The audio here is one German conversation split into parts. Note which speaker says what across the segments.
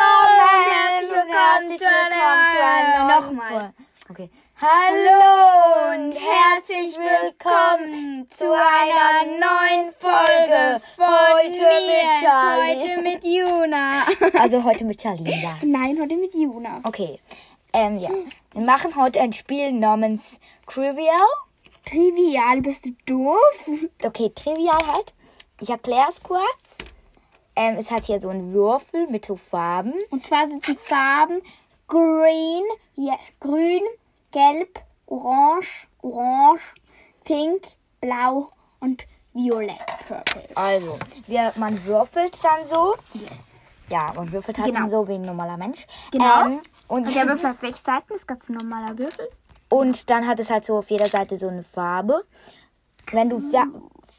Speaker 1: willkommen, herzlich willkommen,
Speaker 2: herzlich
Speaker 1: zu
Speaker 2: willkommen
Speaker 1: einer neuen
Speaker 2: Nochmal.
Speaker 1: Folge. Okay.
Speaker 2: Hallo und herzlich willkommen zu einer neuen Folge von
Speaker 1: Heute
Speaker 2: mir. Heute
Speaker 1: mit Charlie.
Speaker 2: mit Juna.
Speaker 1: Also heute mit Charlinda.
Speaker 2: Nein, heute mit Juna.
Speaker 1: Okay. Ähm, ja. Wir machen heute ein Spiel namens Trivial.
Speaker 2: Trivial, bist du doof?
Speaker 1: Okay, Trivial halt. Ich erkläre es kurz. Ähm, es hat hier so einen Würfel mit so Farben.
Speaker 2: Und zwar sind die Farben green, ja, grün, gelb, orange, orange, pink, blau und violett, purple.
Speaker 1: Also, wir, man würfelt dann so. Ja, man würfelt halt
Speaker 2: Genau.
Speaker 1: dann so wie ein normaler Mensch.
Speaker 2: Genau.
Speaker 1: Ähm, und,
Speaker 2: Und der Würfel hat sechs Seiten, ist ganz ein normaler Würfel.
Speaker 1: und dann hat es halt so auf jeder Seite so eine Farbe. Wenn du Fa-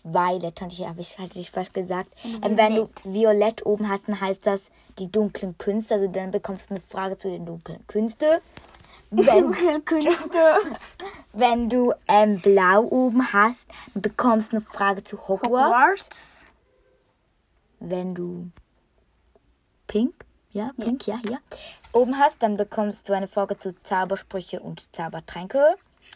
Speaker 1: Violet, hatte ich, hab ich, hatte ich fast gesagt. Ähm, wenn du Violett oben hast, dann heißt das die dunklen Künste. Also dann bekommst du eine Frage zu den dunklen Künste. Wenn,
Speaker 2: Künste.
Speaker 1: wenn du ähm, Blau oben hast, dann bekommst du eine Frage zu Hogwarts.
Speaker 2: Wars.
Speaker 1: wenn du pink, ja, pink, ja, ja, oben hast, dann bekommst du eine Frage zu Zaubersprüche und Zaubertränke.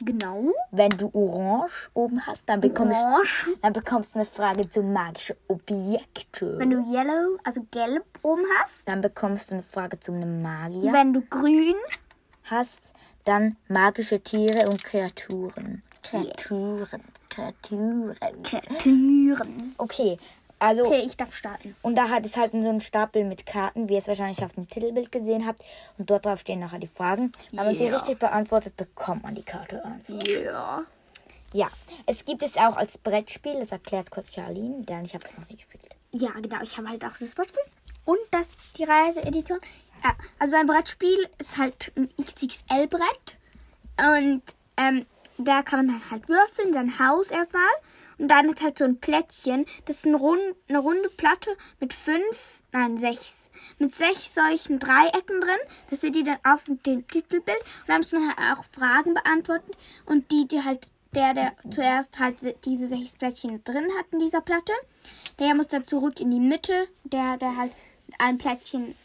Speaker 2: Genau.
Speaker 1: Wenn du orange oben hast, dann bekommst,
Speaker 2: Orange.
Speaker 1: dann bekommst du eine Frage zu magischen Objekte.
Speaker 2: Wenn du yellow, also gelb oben hast.
Speaker 1: dann bekommst du eine Frage zu einem Magier.
Speaker 2: Wenn du grün.
Speaker 1: hast dann magische Tiere und Kreaturen. Kreaturen. Kreaturen.
Speaker 2: Türen.
Speaker 1: Okay, also
Speaker 2: Okay, ich darf starten.
Speaker 1: Und da hat es halt so einen Stapel mit Karten, wie ihr es wahrscheinlich auf dem Titelbild gesehen habt. Und dort drauf stehen nachher die Fragen. Wenn man sie
Speaker 2: Ja.
Speaker 1: richtig beantwortet, bekommt man die Karte einfach.
Speaker 2: Ja.
Speaker 1: Ja, es gibt es auch als Brettspiel. Das erklärt kurz Charlene, denn ich habe es noch nie gespielt.
Speaker 2: Ja, genau. Ich habe halt auch das Brettspiel. Und das die Reise-Edition. Ja, also beim Brettspiel ist halt ein XXL-Brett. Und ähm, da kann man dann halt würfeln, sein Haus erstmal. Und dann ist halt so ein Plättchen. Das ist ein Rund, eine runde Platte mit fünf, nein, sechs. Mit sechs solchen Dreiecken drin. Das seht ihr dann auf dem Titelbild. Und da muss man halt auch Fragen beantworten. Und die, die halt, der, der zuerst halt se- diese sechs Plättchen drin hat in dieser Platte, der muss dann zurück in die Mitte. Der, der halt ein Plättchen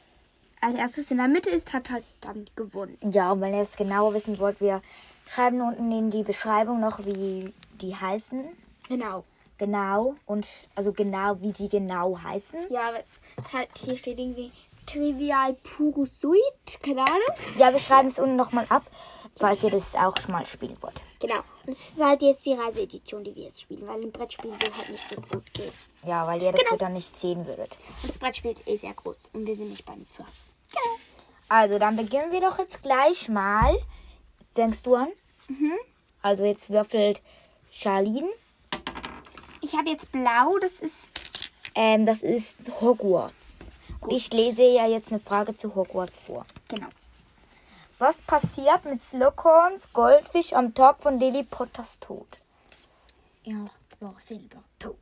Speaker 2: als erstes in der Mitte ist, hat halt dann gewonnen.
Speaker 1: Ja, und wenn ihr es genauer wissen wollt, wir schreiben unten in die Beschreibung noch, wie die heißen.
Speaker 2: Genau.
Speaker 1: Genau. Und also genau, wie sie genau heißen.
Speaker 2: Ja, aber es ist halt, hier steht irgendwie Trivial Puro Suite, keine Ahnung.
Speaker 1: Ja, wir schreiben es unten nochmal ab, falls ihr das auch schon mal spielen wollt.
Speaker 2: Genau. Und es ist halt jetzt die Reiseedition, die wir jetzt spielen, weil ein Brettspiel wird halt nicht so gut gehen.
Speaker 1: Ja, weil ihr das
Speaker 2: Genau.
Speaker 1: wieder nicht sehen würdet.
Speaker 2: Und das Brettspiel ist eh sehr groß und wir sind nicht bei mir zu Hause.
Speaker 1: Also, dann beginnen wir doch jetzt gleich mal. Fängst du an? Also, jetzt würfelt Charlene.
Speaker 2: Ich habe jetzt blau, das ist.
Speaker 1: Ähm, das ist Hogwarts. Und Ich lese ja jetzt eine Frage zu Hogwarts vor.
Speaker 2: Genau.
Speaker 1: Was passiert mit Slughorns Goldfisch am Tag von Lily Potters Tod?
Speaker 2: Er war selber tot.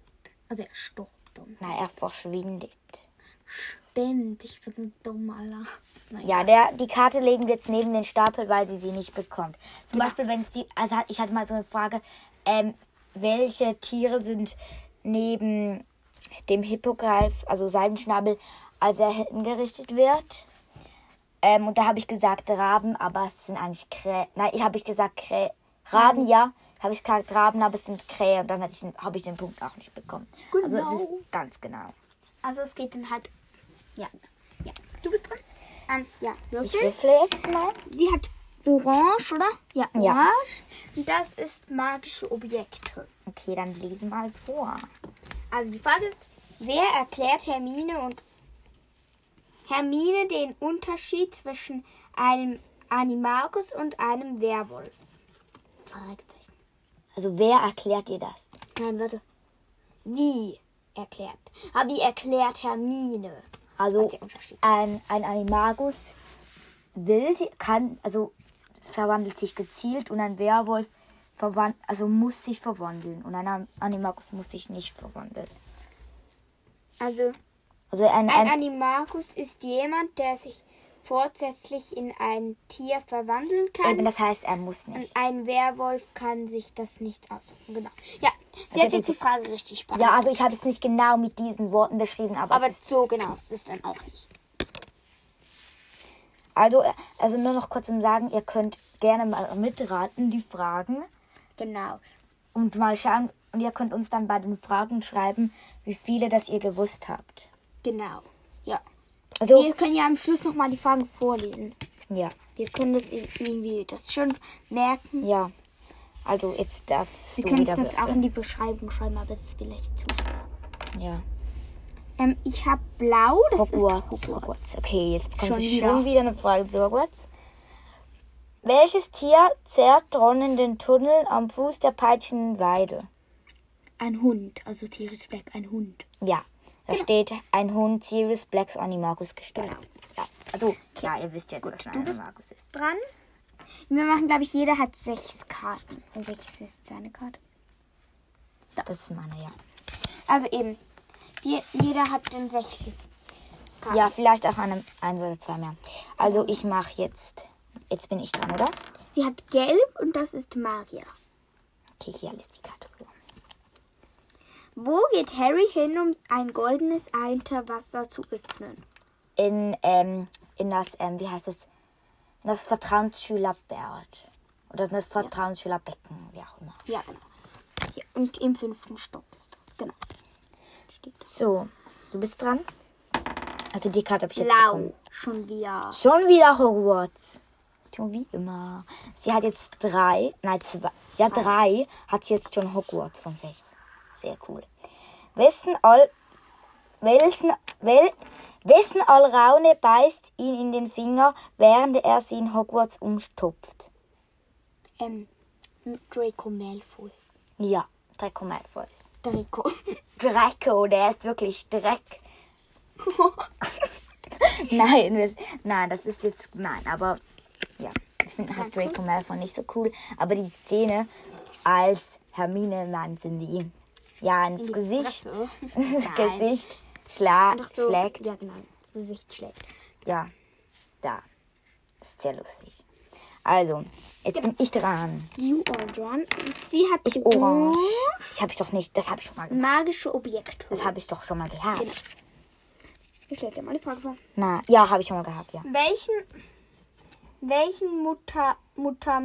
Speaker 2: Also er starb dann.
Speaker 1: Na, er verschwindet.
Speaker 2: Stimmt, ich bin so dumm, Alter. Nein.
Speaker 1: Ja, der, die Karte legen wir jetzt neben den Stapel, weil sie sie nicht bekommt. Zum Beispiel, wenn es die, also hat- ich hatte mal so eine Frage, ähm, welche Tiere sind neben dem Hippogreif, also Seidenschnabel, als er hingerichtet wird? Ähm, und da habe ich gesagt Raben, aber es sind eigentlich Krähen. Nein, ich habe ich gesagt Krähen. Raben, ja. Habe ich gesagt Raben, aber es sind Krähen. Und dann hatte ich den- habe ich den Punkt auch nicht bekommen. Also es
Speaker 2: Genau.
Speaker 1: ist ganz genau.
Speaker 2: Also es geht dann halt. Ja. Ja. Du bist dran? An, ja,
Speaker 1: Ich
Speaker 2: würfel.
Speaker 1: würfle jetzt mal.
Speaker 2: Sie hat orange, oder? Ja,
Speaker 1: Ja.
Speaker 2: orange. Und das ist magische Objekte.
Speaker 1: Okay, dann lese mal vor.
Speaker 2: Also die Frage ist, wer erklärt Hermine und Hermine den Unterschied zwischen einem Animagus und einem Werwolf? Fragezeichen.
Speaker 1: Also wer erklärt ihr das?
Speaker 2: Nein, warte. Wie erklärt? Aber wie erklärt Hermine?
Speaker 1: Also
Speaker 2: Was ist der Unterschied?
Speaker 1: ein, ein Animagus will, sie- kann, also verwandelt sich gezielt und ein Werwolf verwand, also muss sich verwandeln und ein Animagus muss sich nicht verwandeln.
Speaker 2: Also
Speaker 1: Also ein,
Speaker 2: Ein
Speaker 1: ein,
Speaker 2: Animagus ist jemand, der sich vorsätzlich in ein Tier verwandeln
Speaker 1: eben,
Speaker 2: kann.
Speaker 1: das heißt, er muss
Speaker 2: Und
Speaker 1: nicht.
Speaker 2: ein Werwolf kann sich das nicht aussuchen. Genau. Ja, sie
Speaker 1: Also
Speaker 2: hat jetzt die also Frage richtig
Speaker 1: Ja,
Speaker 2: beantwortet.
Speaker 1: also ich habe es nicht genau mit diesen Worten beschrieben, aber,
Speaker 2: aber
Speaker 1: es ist,
Speaker 2: so genau ist es dann auch nicht.
Speaker 1: Also, äh, also nur noch kurz im Sagen, ihr könnt gerne mal mitraten, die Fragen.
Speaker 2: Genau.
Speaker 1: Und mal schauen, und ihr könnt uns dann bei den Fragen schreiben, wie viele das ihr gewusst habt.
Speaker 2: Genau. Ja.
Speaker 1: Also,
Speaker 2: Wir können ja am Schluss nochmal die Fragen vorlesen.
Speaker 1: ja,
Speaker 2: Wir können das ir- irgendwie das schon merken.
Speaker 1: ja. Also jetzt darfst
Speaker 2: Wir
Speaker 1: du
Speaker 2: können
Speaker 1: wieder
Speaker 2: es sonst auch
Speaker 1: würfeln.
Speaker 2: in die Beschreibung schreiben, aber es ist vielleicht zu schwer.
Speaker 1: Ja.
Speaker 2: Ähm, ich habe blau, das
Speaker 1: Hogwarts.
Speaker 2: ist Hogwarts.
Speaker 1: Hogwarts. Okay, jetzt bekommst
Speaker 2: Schon
Speaker 1: du
Speaker 2: wieder.
Speaker 1: schon wieder eine Frage zu Hogwarts. Welches Tier zerrt dronnenden Tunnel am Fuß der peitschenden Weide?
Speaker 2: Ein Hund, also Sirius Black, ein Hund.
Speaker 1: Ja, da steht ein Hund Sirius Blacks Animagus gesteuert.
Speaker 2: Genau.
Speaker 1: Ja, also, ja, ihr wisst jetzt, was ein
Speaker 2: du bist-
Speaker 1: Animagus ist.
Speaker 2: Dran. Wir machen, glaube ich, jeder hat sechs Karten. Und sechs ist seine Karte.
Speaker 1: Das ist meine, ja.
Speaker 2: Also eben, wir, jeder hat dann sechs jetzt. Karten.
Speaker 1: Ja, vielleicht auch eine, eins oder zwei mehr. Also, ich mache jetzt. Jetzt bin ich dran, oder?
Speaker 2: Sie hat gelb und das ist Magier.
Speaker 1: Okay, hier lässt die Karte vor.
Speaker 2: Wo geht Harry hin, um ein goldenes Unterwasser zu öffnen?
Speaker 1: In, ähm, in das, ähm, wie heißt es? In das Vertrauensschülerbad. Oder das Vertrauensschülerbecken, wie auch immer.
Speaker 2: Ja, genau. Hier, und im fünften Stock ist das, genau. Steht das.
Speaker 1: So, du bist dran. Also, die Karte habe ich jetzt. bekommen.
Speaker 2: Blau, schon wieder.
Speaker 1: Schon wieder Hogwarts. Schon wie immer. Sie hat jetzt drei, nein, zwei, ja, drei hat sie jetzt schon Hogwarts von sechs. Sehr cool. Wessen all, welchen, wel, wessen Allraune beißt ihn in den Finger, während er sie in Hogwarts umstopft?
Speaker 2: Ähm, Draco Malfoy.
Speaker 1: Ja, Draco Malfoy. ist-
Speaker 2: Draco.
Speaker 1: Draco, der ist wirklich Dreck. Nein, wir- nein, das ist jetzt. Nein, aber ja, ich finde halt Draco Malfoy nicht so cool. Aber die Szene als Hermine meinten die. Ja, ins Gesicht.
Speaker 2: Fresse.
Speaker 1: Ins
Speaker 2: Nein.
Speaker 1: Gesicht schla
Speaker 2: Ach so,
Speaker 1: schlägt.
Speaker 2: Ja, genau. Das Gesicht schlägt.
Speaker 1: Ja, da. Das ist sehr lustig. Also, jetzt bin ich dran.
Speaker 2: You are dran. Und Sie hat
Speaker 1: Ich orange. Ich habe ich doch nicht. Das habe ich schon mal.
Speaker 2: magische Objekte.
Speaker 1: Das habe ich doch schon mal
Speaker 2: Genau.
Speaker 1: gehabt.
Speaker 2: Ich stelle dir mal die Frage vor.
Speaker 1: Na, ja, habe ich schon mal gehabt, ja.
Speaker 2: Welchen, welchen Mutter, Mutter,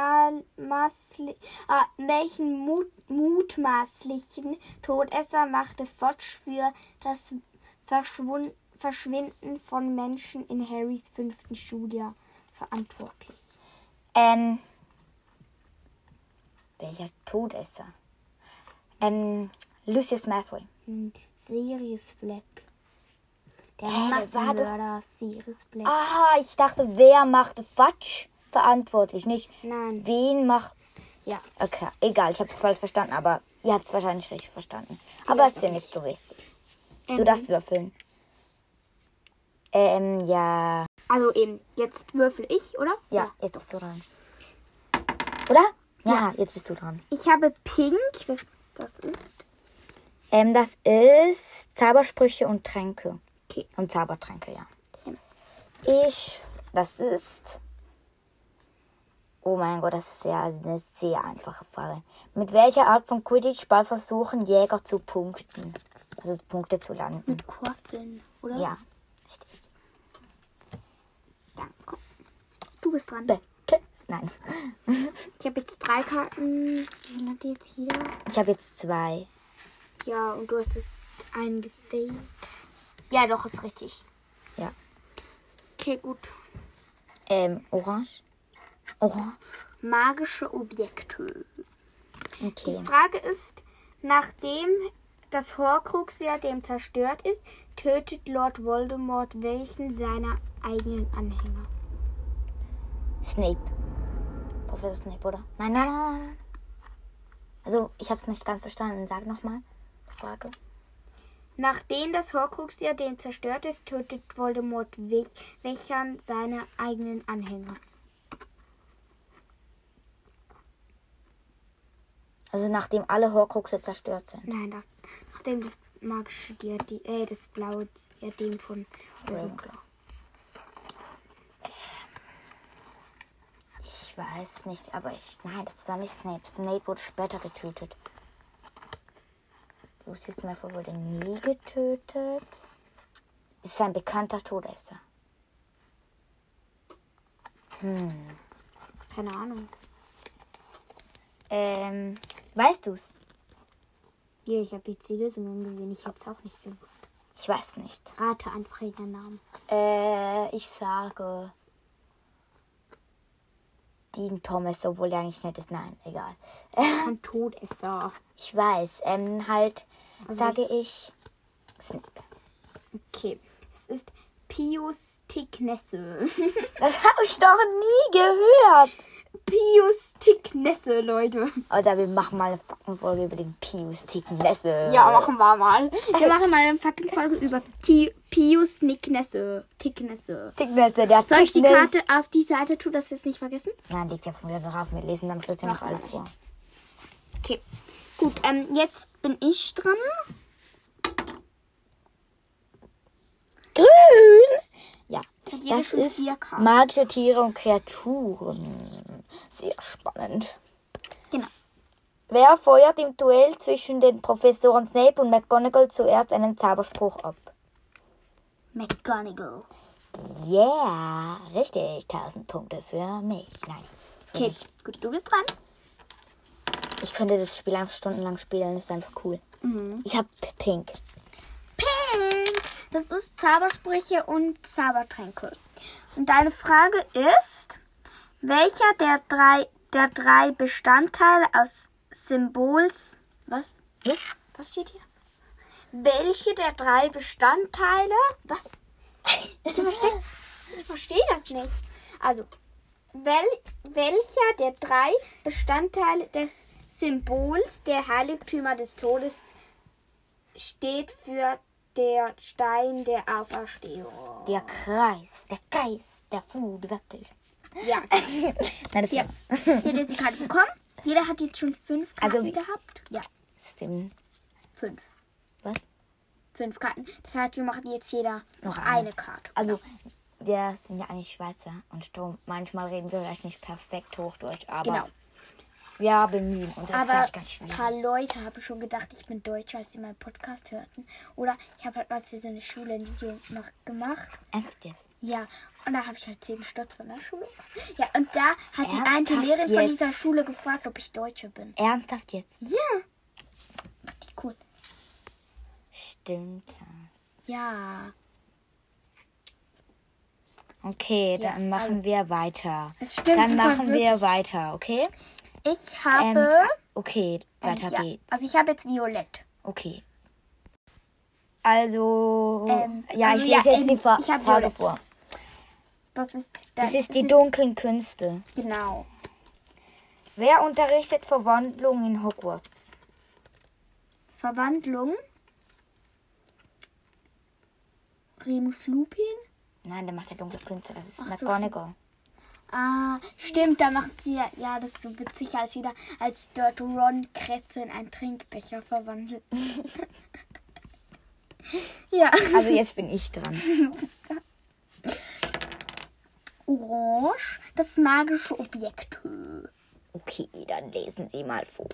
Speaker 2: mutmaßlich, ah, welchen mut, mutmaßlichen Todesser machte Fudge für das Verschwun Verschwinden von Menschen in Harrys fünften Schuljahr verantwortlich?
Speaker 1: Ähm. Welcher Todesser? Ähm. Lucius Malfoy.
Speaker 2: Hm, Sirius Black. Der
Speaker 1: Hä, das war doch-
Speaker 2: Massenmörder Sirius Black.
Speaker 1: Ah, ich dachte, wer macht Fatsch verantwortlich? Nicht
Speaker 2: Nein.
Speaker 1: wen macht.
Speaker 2: Ja.
Speaker 1: Okay, egal, ich habe es falsch verstanden, aber ihr habt es wahrscheinlich richtig verstanden. Aber es ist ja Mhm. nicht so wichtig.
Speaker 2: Ah,
Speaker 1: Du darfst würfeln. Ähm, ja.
Speaker 2: Also eben, jetzt würfel ich, oder?
Speaker 1: Ja, jetzt bist du dran. Oder? Ja, jetzt bist du dran.
Speaker 2: Ich habe Pink, was das ist.
Speaker 1: Ähm, das ist Zaubersprüche und Tränke.
Speaker 2: Okay.
Speaker 1: Und Zaubertränke, ja.
Speaker 2: Genau.
Speaker 1: Ich, das ist. Oh mein Gott, das ist ja eine sehr einfache Frage. Mit welcher Art von Quidditch-Ball versuchen Jäger zu punkten? Also Punkte zu landen.
Speaker 2: Mit Korfeln, oder?
Speaker 1: Ja.
Speaker 2: Danke. Du bist dran.
Speaker 1: Bitte? Nein.
Speaker 2: Ich habe jetzt drei Karten. Wen hat jetzt jeder?
Speaker 1: Ich habe jetzt zwei.
Speaker 2: Ja, und du hast es eingefehlt. Ja, doch, ist richtig.
Speaker 1: Ja.
Speaker 2: Okay, gut.
Speaker 1: Ähm, orange. Orange.
Speaker 2: Magische Objekte.
Speaker 1: Okay.
Speaker 2: Die Frage ist, nachdem das Horcrux ja dem zerstört ist, tötet Lord Voldemort welchen seiner eigenen Anhänger?
Speaker 1: Snape. Professor Snape, oder? Nein, nein, nein, nein. Also, ich habe es nicht ganz verstanden. Sag nochmal. Frage.
Speaker 2: Nachdem das Horcrux-Diadem zerstört ist, tötet Voldemort Wich Wichern seine eigenen Anhänger.
Speaker 1: Also, nachdem alle Horcruxe zerstört sind.
Speaker 2: Nein, nach, nachdem das magische Diadem, äh, das blaue Diadem von Ravenclaw.
Speaker 1: Ich weiß nicht, aber ich. Nein, das war nicht Snape. Snape wurde später getötet. Lucius Malfoy wurde nie getötet. ist ein bekannter Todesser.
Speaker 2: Keine Ahnung.
Speaker 1: Ähm, weißt du's?
Speaker 2: Ja, ich habe jetzt die Lösungen gesehen. Ich hätte es auch nicht gewusst.
Speaker 1: Ich weiß nicht.
Speaker 2: Rate einfach ihren Namen.
Speaker 1: Äh, ich sage Dean Thomas, obwohl der eigentlich nett ist. Nein, egal. Äh,
Speaker 2: Ein Todesser.
Speaker 1: Ich weiß. Ähm, halt sage ich Snape.
Speaker 2: Okay. Es ist Pius Ticknesse.
Speaker 1: Das habe ich noch nie gehört.
Speaker 2: Pius Ticknesse, Leute.
Speaker 1: Alter, wir machen mal eine fucking Folge über den Pius Ticknesse.
Speaker 2: Ja, machen wir mal. Wir Also machen mal eine fucking Folge über Ti Pius Nicknesse. Ticknesse.
Speaker 1: Ticknesse, der hat
Speaker 2: Soll ich die
Speaker 1: Tickness.
Speaker 2: Karte auf die Seite tun, dass wir es nicht vergessen?
Speaker 1: Nein, liegt ja von mir drauf. Wir lesen am Schluss ja noch
Speaker 2: Mach's
Speaker 1: alles
Speaker 2: mal.
Speaker 1: vor.
Speaker 2: Okay. Gut, ähm, jetzt bin ich dran.
Speaker 1: Grün! Ja,
Speaker 2: Hat jeder
Speaker 1: das
Speaker 2: schon
Speaker 1: ist
Speaker 2: vier Karten?
Speaker 1: magische Tiere und Kreaturen. Sehr spannend.
Speaker 2: Genau.
Speaker 1: Wer feuert im Duell zwischen den Professoren Snape und McGonagall zuerst einen Zauberspruch ab?
Speaker 2: McGonagall.
Speaker 1: Yeah, richtig. 1000 Punkte für mich. Nein. für
Speaker 2: Okay,
Speaker 1: mich.
Speaker 2: gut, du bist dran.
Speaker 1: Ich könnte das Spiel einfach stundenlang spielen. Das ist einfach cool.
Speaker 2: Mhm.
Speaker 1: Ich hab Pink.
Speaker 2: Pink. Das ist Zaubersprüche und Zaubertränke. Und deine Frage ist, welcher der drei, der drei Bestandteile aus Symbols... Was?
Speaker 1: Was?
Speaker 2: Was steht hier? Welche der drei Bestandteile... Was? Ich verstehe ich versteh das nicht. Also, wel, welcher der drei Bestandteile des Symbols der Heiligtümer des Todes steht für der Stein der Auferstehung?
Speaker 1: Der Kreis, der Geist, der Vogelwackel.
Speaker 2: Ja.
Speaker 1: Nein, das
Speaker 2: ja.
Speaker 1: war-
Speaker 2: Sie hat jetzt die Karte bekommen. Jeder hat jetzt schon fünf Karten
Speaker 1: Also wie-
Speaker 2: gehabt. Ja,
Speaker 1: Stimmt.
Speaker 2: fünf.
Speaker 1: Was?
Speaker 2: Fünf Karten. Das heißt, wir machen jetzt jeder
Speaker 1: Noch
Speaker 2: noch
Speaker 1: eine.
Speaker 2: eine, Karte.
Speaker 1: Also, wir sind ja eigentlich Schweizer und so manchmal reden wir vielleicht nicht perfekt Hochdeutsch, aber
Speaker 2: Genau.
Speaker 1: wir bemühen uns. Das ist
Speaker 2: Aber
Speaker 1: eigentlich
Speaker 2: ein
Speaker 1: ganz schwierig.
Speaker 2: paar Leute haben schon gedacht, ich bin Deutscher, als sie meinen Podcast hörten. Oder ich habe halt mal für so eine Schule ein Video noch gemacht.
Speaker 1: Ernst jetzt?
Speaker 2: Ja, und da habe ich halt 10 Stutz von der Schule. Ja, und da hat die
Speaker 1: Ernsthaft
Speaker 2: eine Lehrerin von
Speaker 1: jetzt?
Speaker 2: dieser Schule gefragt, ob ich Deutsche bin.
Speaker 1: Ernsthaft jetzt?
Speaker 2: Ja. Richtig cool.
Speaker 1: Stimmt das?
Speaker 2: Ja.
Speaker 1: Okay,
Speaker 2: Ja, also
Speaker 1: dann machen wir weiter.
Speaker 2: Es stimmt,
Speaker 1: Dann
Speaker 2: wir
Speaker 1: machen
Speaker 2: wollen
Speaker 1: wir weiter, okay?
Speaker 2: Ich
Speaker 1: Ähm,
Speaker 2: habe.
Speaker 1: okay,
Speaker 2: ähm,
Speaker 1: weiter
Speaker 2: ja,
Speaker 1: geht's.
Speaker 2: also ich habe jetzt Violett.
Speaker 1: Okay. Also,
Speaker 2: Ähm,
Speaker 1: ja,
Speaker 2: also
Speaker 1: ich
Speaker 2: ja,
Speaker 1: lese jetzt
Speaker 2: ähm,
Speaker 1: die Fra
Speaker 2: ich hab
Speaker 1: Frage
Speaker 2: Violett.
Speaker 1: vor.
Speaker 2: Das ist
Speaker 1: Es ist die dunklen Künste.
Speaker 2: Genau.
Speaker 1: Wer unterrichtet Verwandlung in Hogwarts?
Speaker 2: Verwandlung. Remus Lupin.
Speaker 1: Nein, der macht der dunkle Künste. Das ist
Speaker 2: Ach so,
Speaker 1: McGonagall.
Speaker 2: Ah, stimmt, da macht sie ja, ja, das ist so witzig, als jeder, als dort Ron Kretze in einen Trinkbecher verwandelt. ja.
Speaker 1: Also jetzt bin ich dran.
Speaker 2: Orange, das magische Objekt.
Speaker 1: Okay, dann lesen Sie mal vor.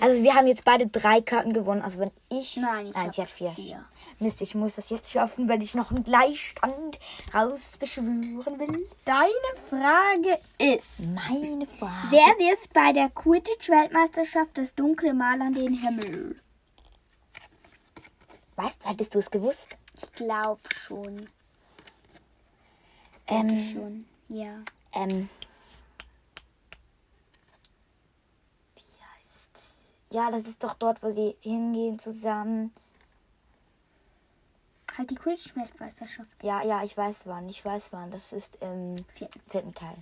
Speaker 1: Also wir haben jetzt beide drei Karten gewonnen. Also wenn ich...
Speaker 2: Nein, ich
Speaker 1: Nein, sie
Speaker 2: hab
Speaker 1: hat vier.
Speaker 2: vier.
Speaker 1: Mist, ich muss das jetzt schaffen, wenn ich noch einen Gleichstand rausbeschwören will.
Speaker 2: Deine Frage ist,
Speaker 1: Meine Frage.
Speaker 2: wer wirft bei der Quidditch-Weltmeisterschaft das dunkle Mal an den Himmel?
Speaker 1: Weißt du, hättest du es gewusst?
Speaker 2: Ich glaube schon. Denke
Speaker 1: Ähm,
Speaker 2: schon, ja.
Speaker 1: ähm... Wie heißt's? Ja, das ist doch dort, wo sie hingehen zusammen.
Speaker 2: Halt die Quidditch-Weltmeisterschaft.
Speaker 1: Ja, ja, ich weiß wann. Ich weiß wann. Das ist im
Speaker 2: Vierten.
Speaker 1: vierten Teil.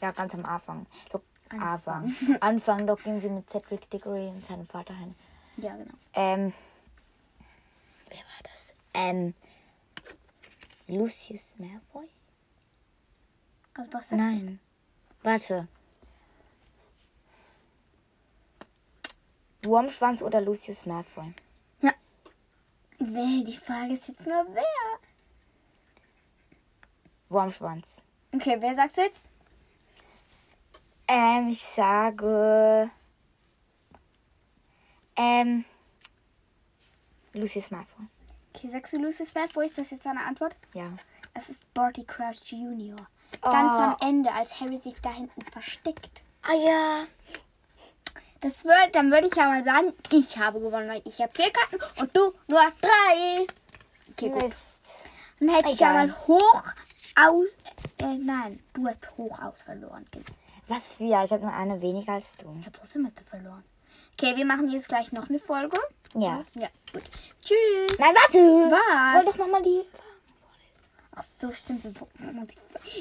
Speaker 1: Ja, ganz am Anfang. Doch,
Speaker 2: Anfang.
Speaker 1: Anfang. Anfang, doch gehen sie mit Cedric Diggory und seinem Vater hin.
Speaker 2: Ja, genau.
Speaker 1: Ähm. Wer war das? Ähm. Lucius Malfoy?
Speaker 2: Also was sagst du?
Speaker 1: Nein. Warte. Wurmschwanz oder Lucius Malfoy?
Speaker 2: Ja. Wer? Die Frage ist jetzt nur wer.
Speaker 1: Wurmschwanz.
Speaker 2: Okay, wer sagst du jetzt?
Speaker 1: Ähm, ich sage. Ähm. Lucius Malfoy.
Speaker 2: Okay, sagst du Lucius Malfoy? Ist das jetzt deine Antwort?
Speaker 1: Ja.
Speaker 2: Es ist Barty Crouch Jr. Ganz
Speaker 1: Oh.
Speaker 2: am Ende, als Harry sich da hinten versteckt.
Speaker 1: Ah ja.
Speaker 2: Das wird, dann würde ich ja mal sagen, ich habe gewonnen, weil ich habe vier Karten und du nur drei. Okay, gut.
Speaker 1: Mist.
Speaker 2: Dann hätte ich ja
Speaker 1: Egal.
Speaker 2: mal hoch aus. Äh, nein, du hast hoch aus verloren. Genau.
Speaker 1: Was für? Ja, ich habe nur eine weniger als du.
Speaker 2: Ja, trotzdem hast du verloren. Okay, wir machen jetzt gleich noch eine Folge.
Speaker 1: Ja.
Speaker 2: Ja, gut. Tschüss.
Speaker 1: Nein, warte.
Speaker 2: Was?
Speaker 1: Wollen doch nochmal die.
Speaker 2: Ach so, stimmt. Wir wollten-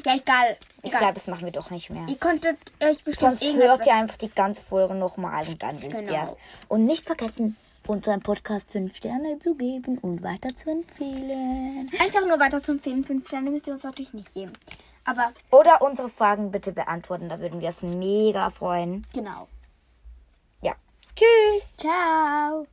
Speaker 2: Ja, egal.
Speaker 1: Ich
Speaker 2: egal.
Speaker 1: glaube, das machen wir doch nicht mehr.
Speaker 2: Ihr konntet euch bestimmt
Speaker 1: Sonst hört ihr
Speaker 2: irgendetwas...
Speaker 1: einfach die ganze Folge nochmal und dann wisst
Speaker 2: Genau.
Speaker 1: ihr es. Und nicht vergessen, unserem Podcast 5 Sterne zu geben und weiter zu empfehlen.
Speaker 2: Einfach nur weiter zum Film. Fünf Sterne müsst ihr uns natürlich nicht geben. Aber
Speaker 1: Oder unsere Fragen bitte beantworten, da würden wir uns mega freuen.
Speaker 2: genau.
Speaker 1: Ja. Tschüss.
Speaker 2: Ciao.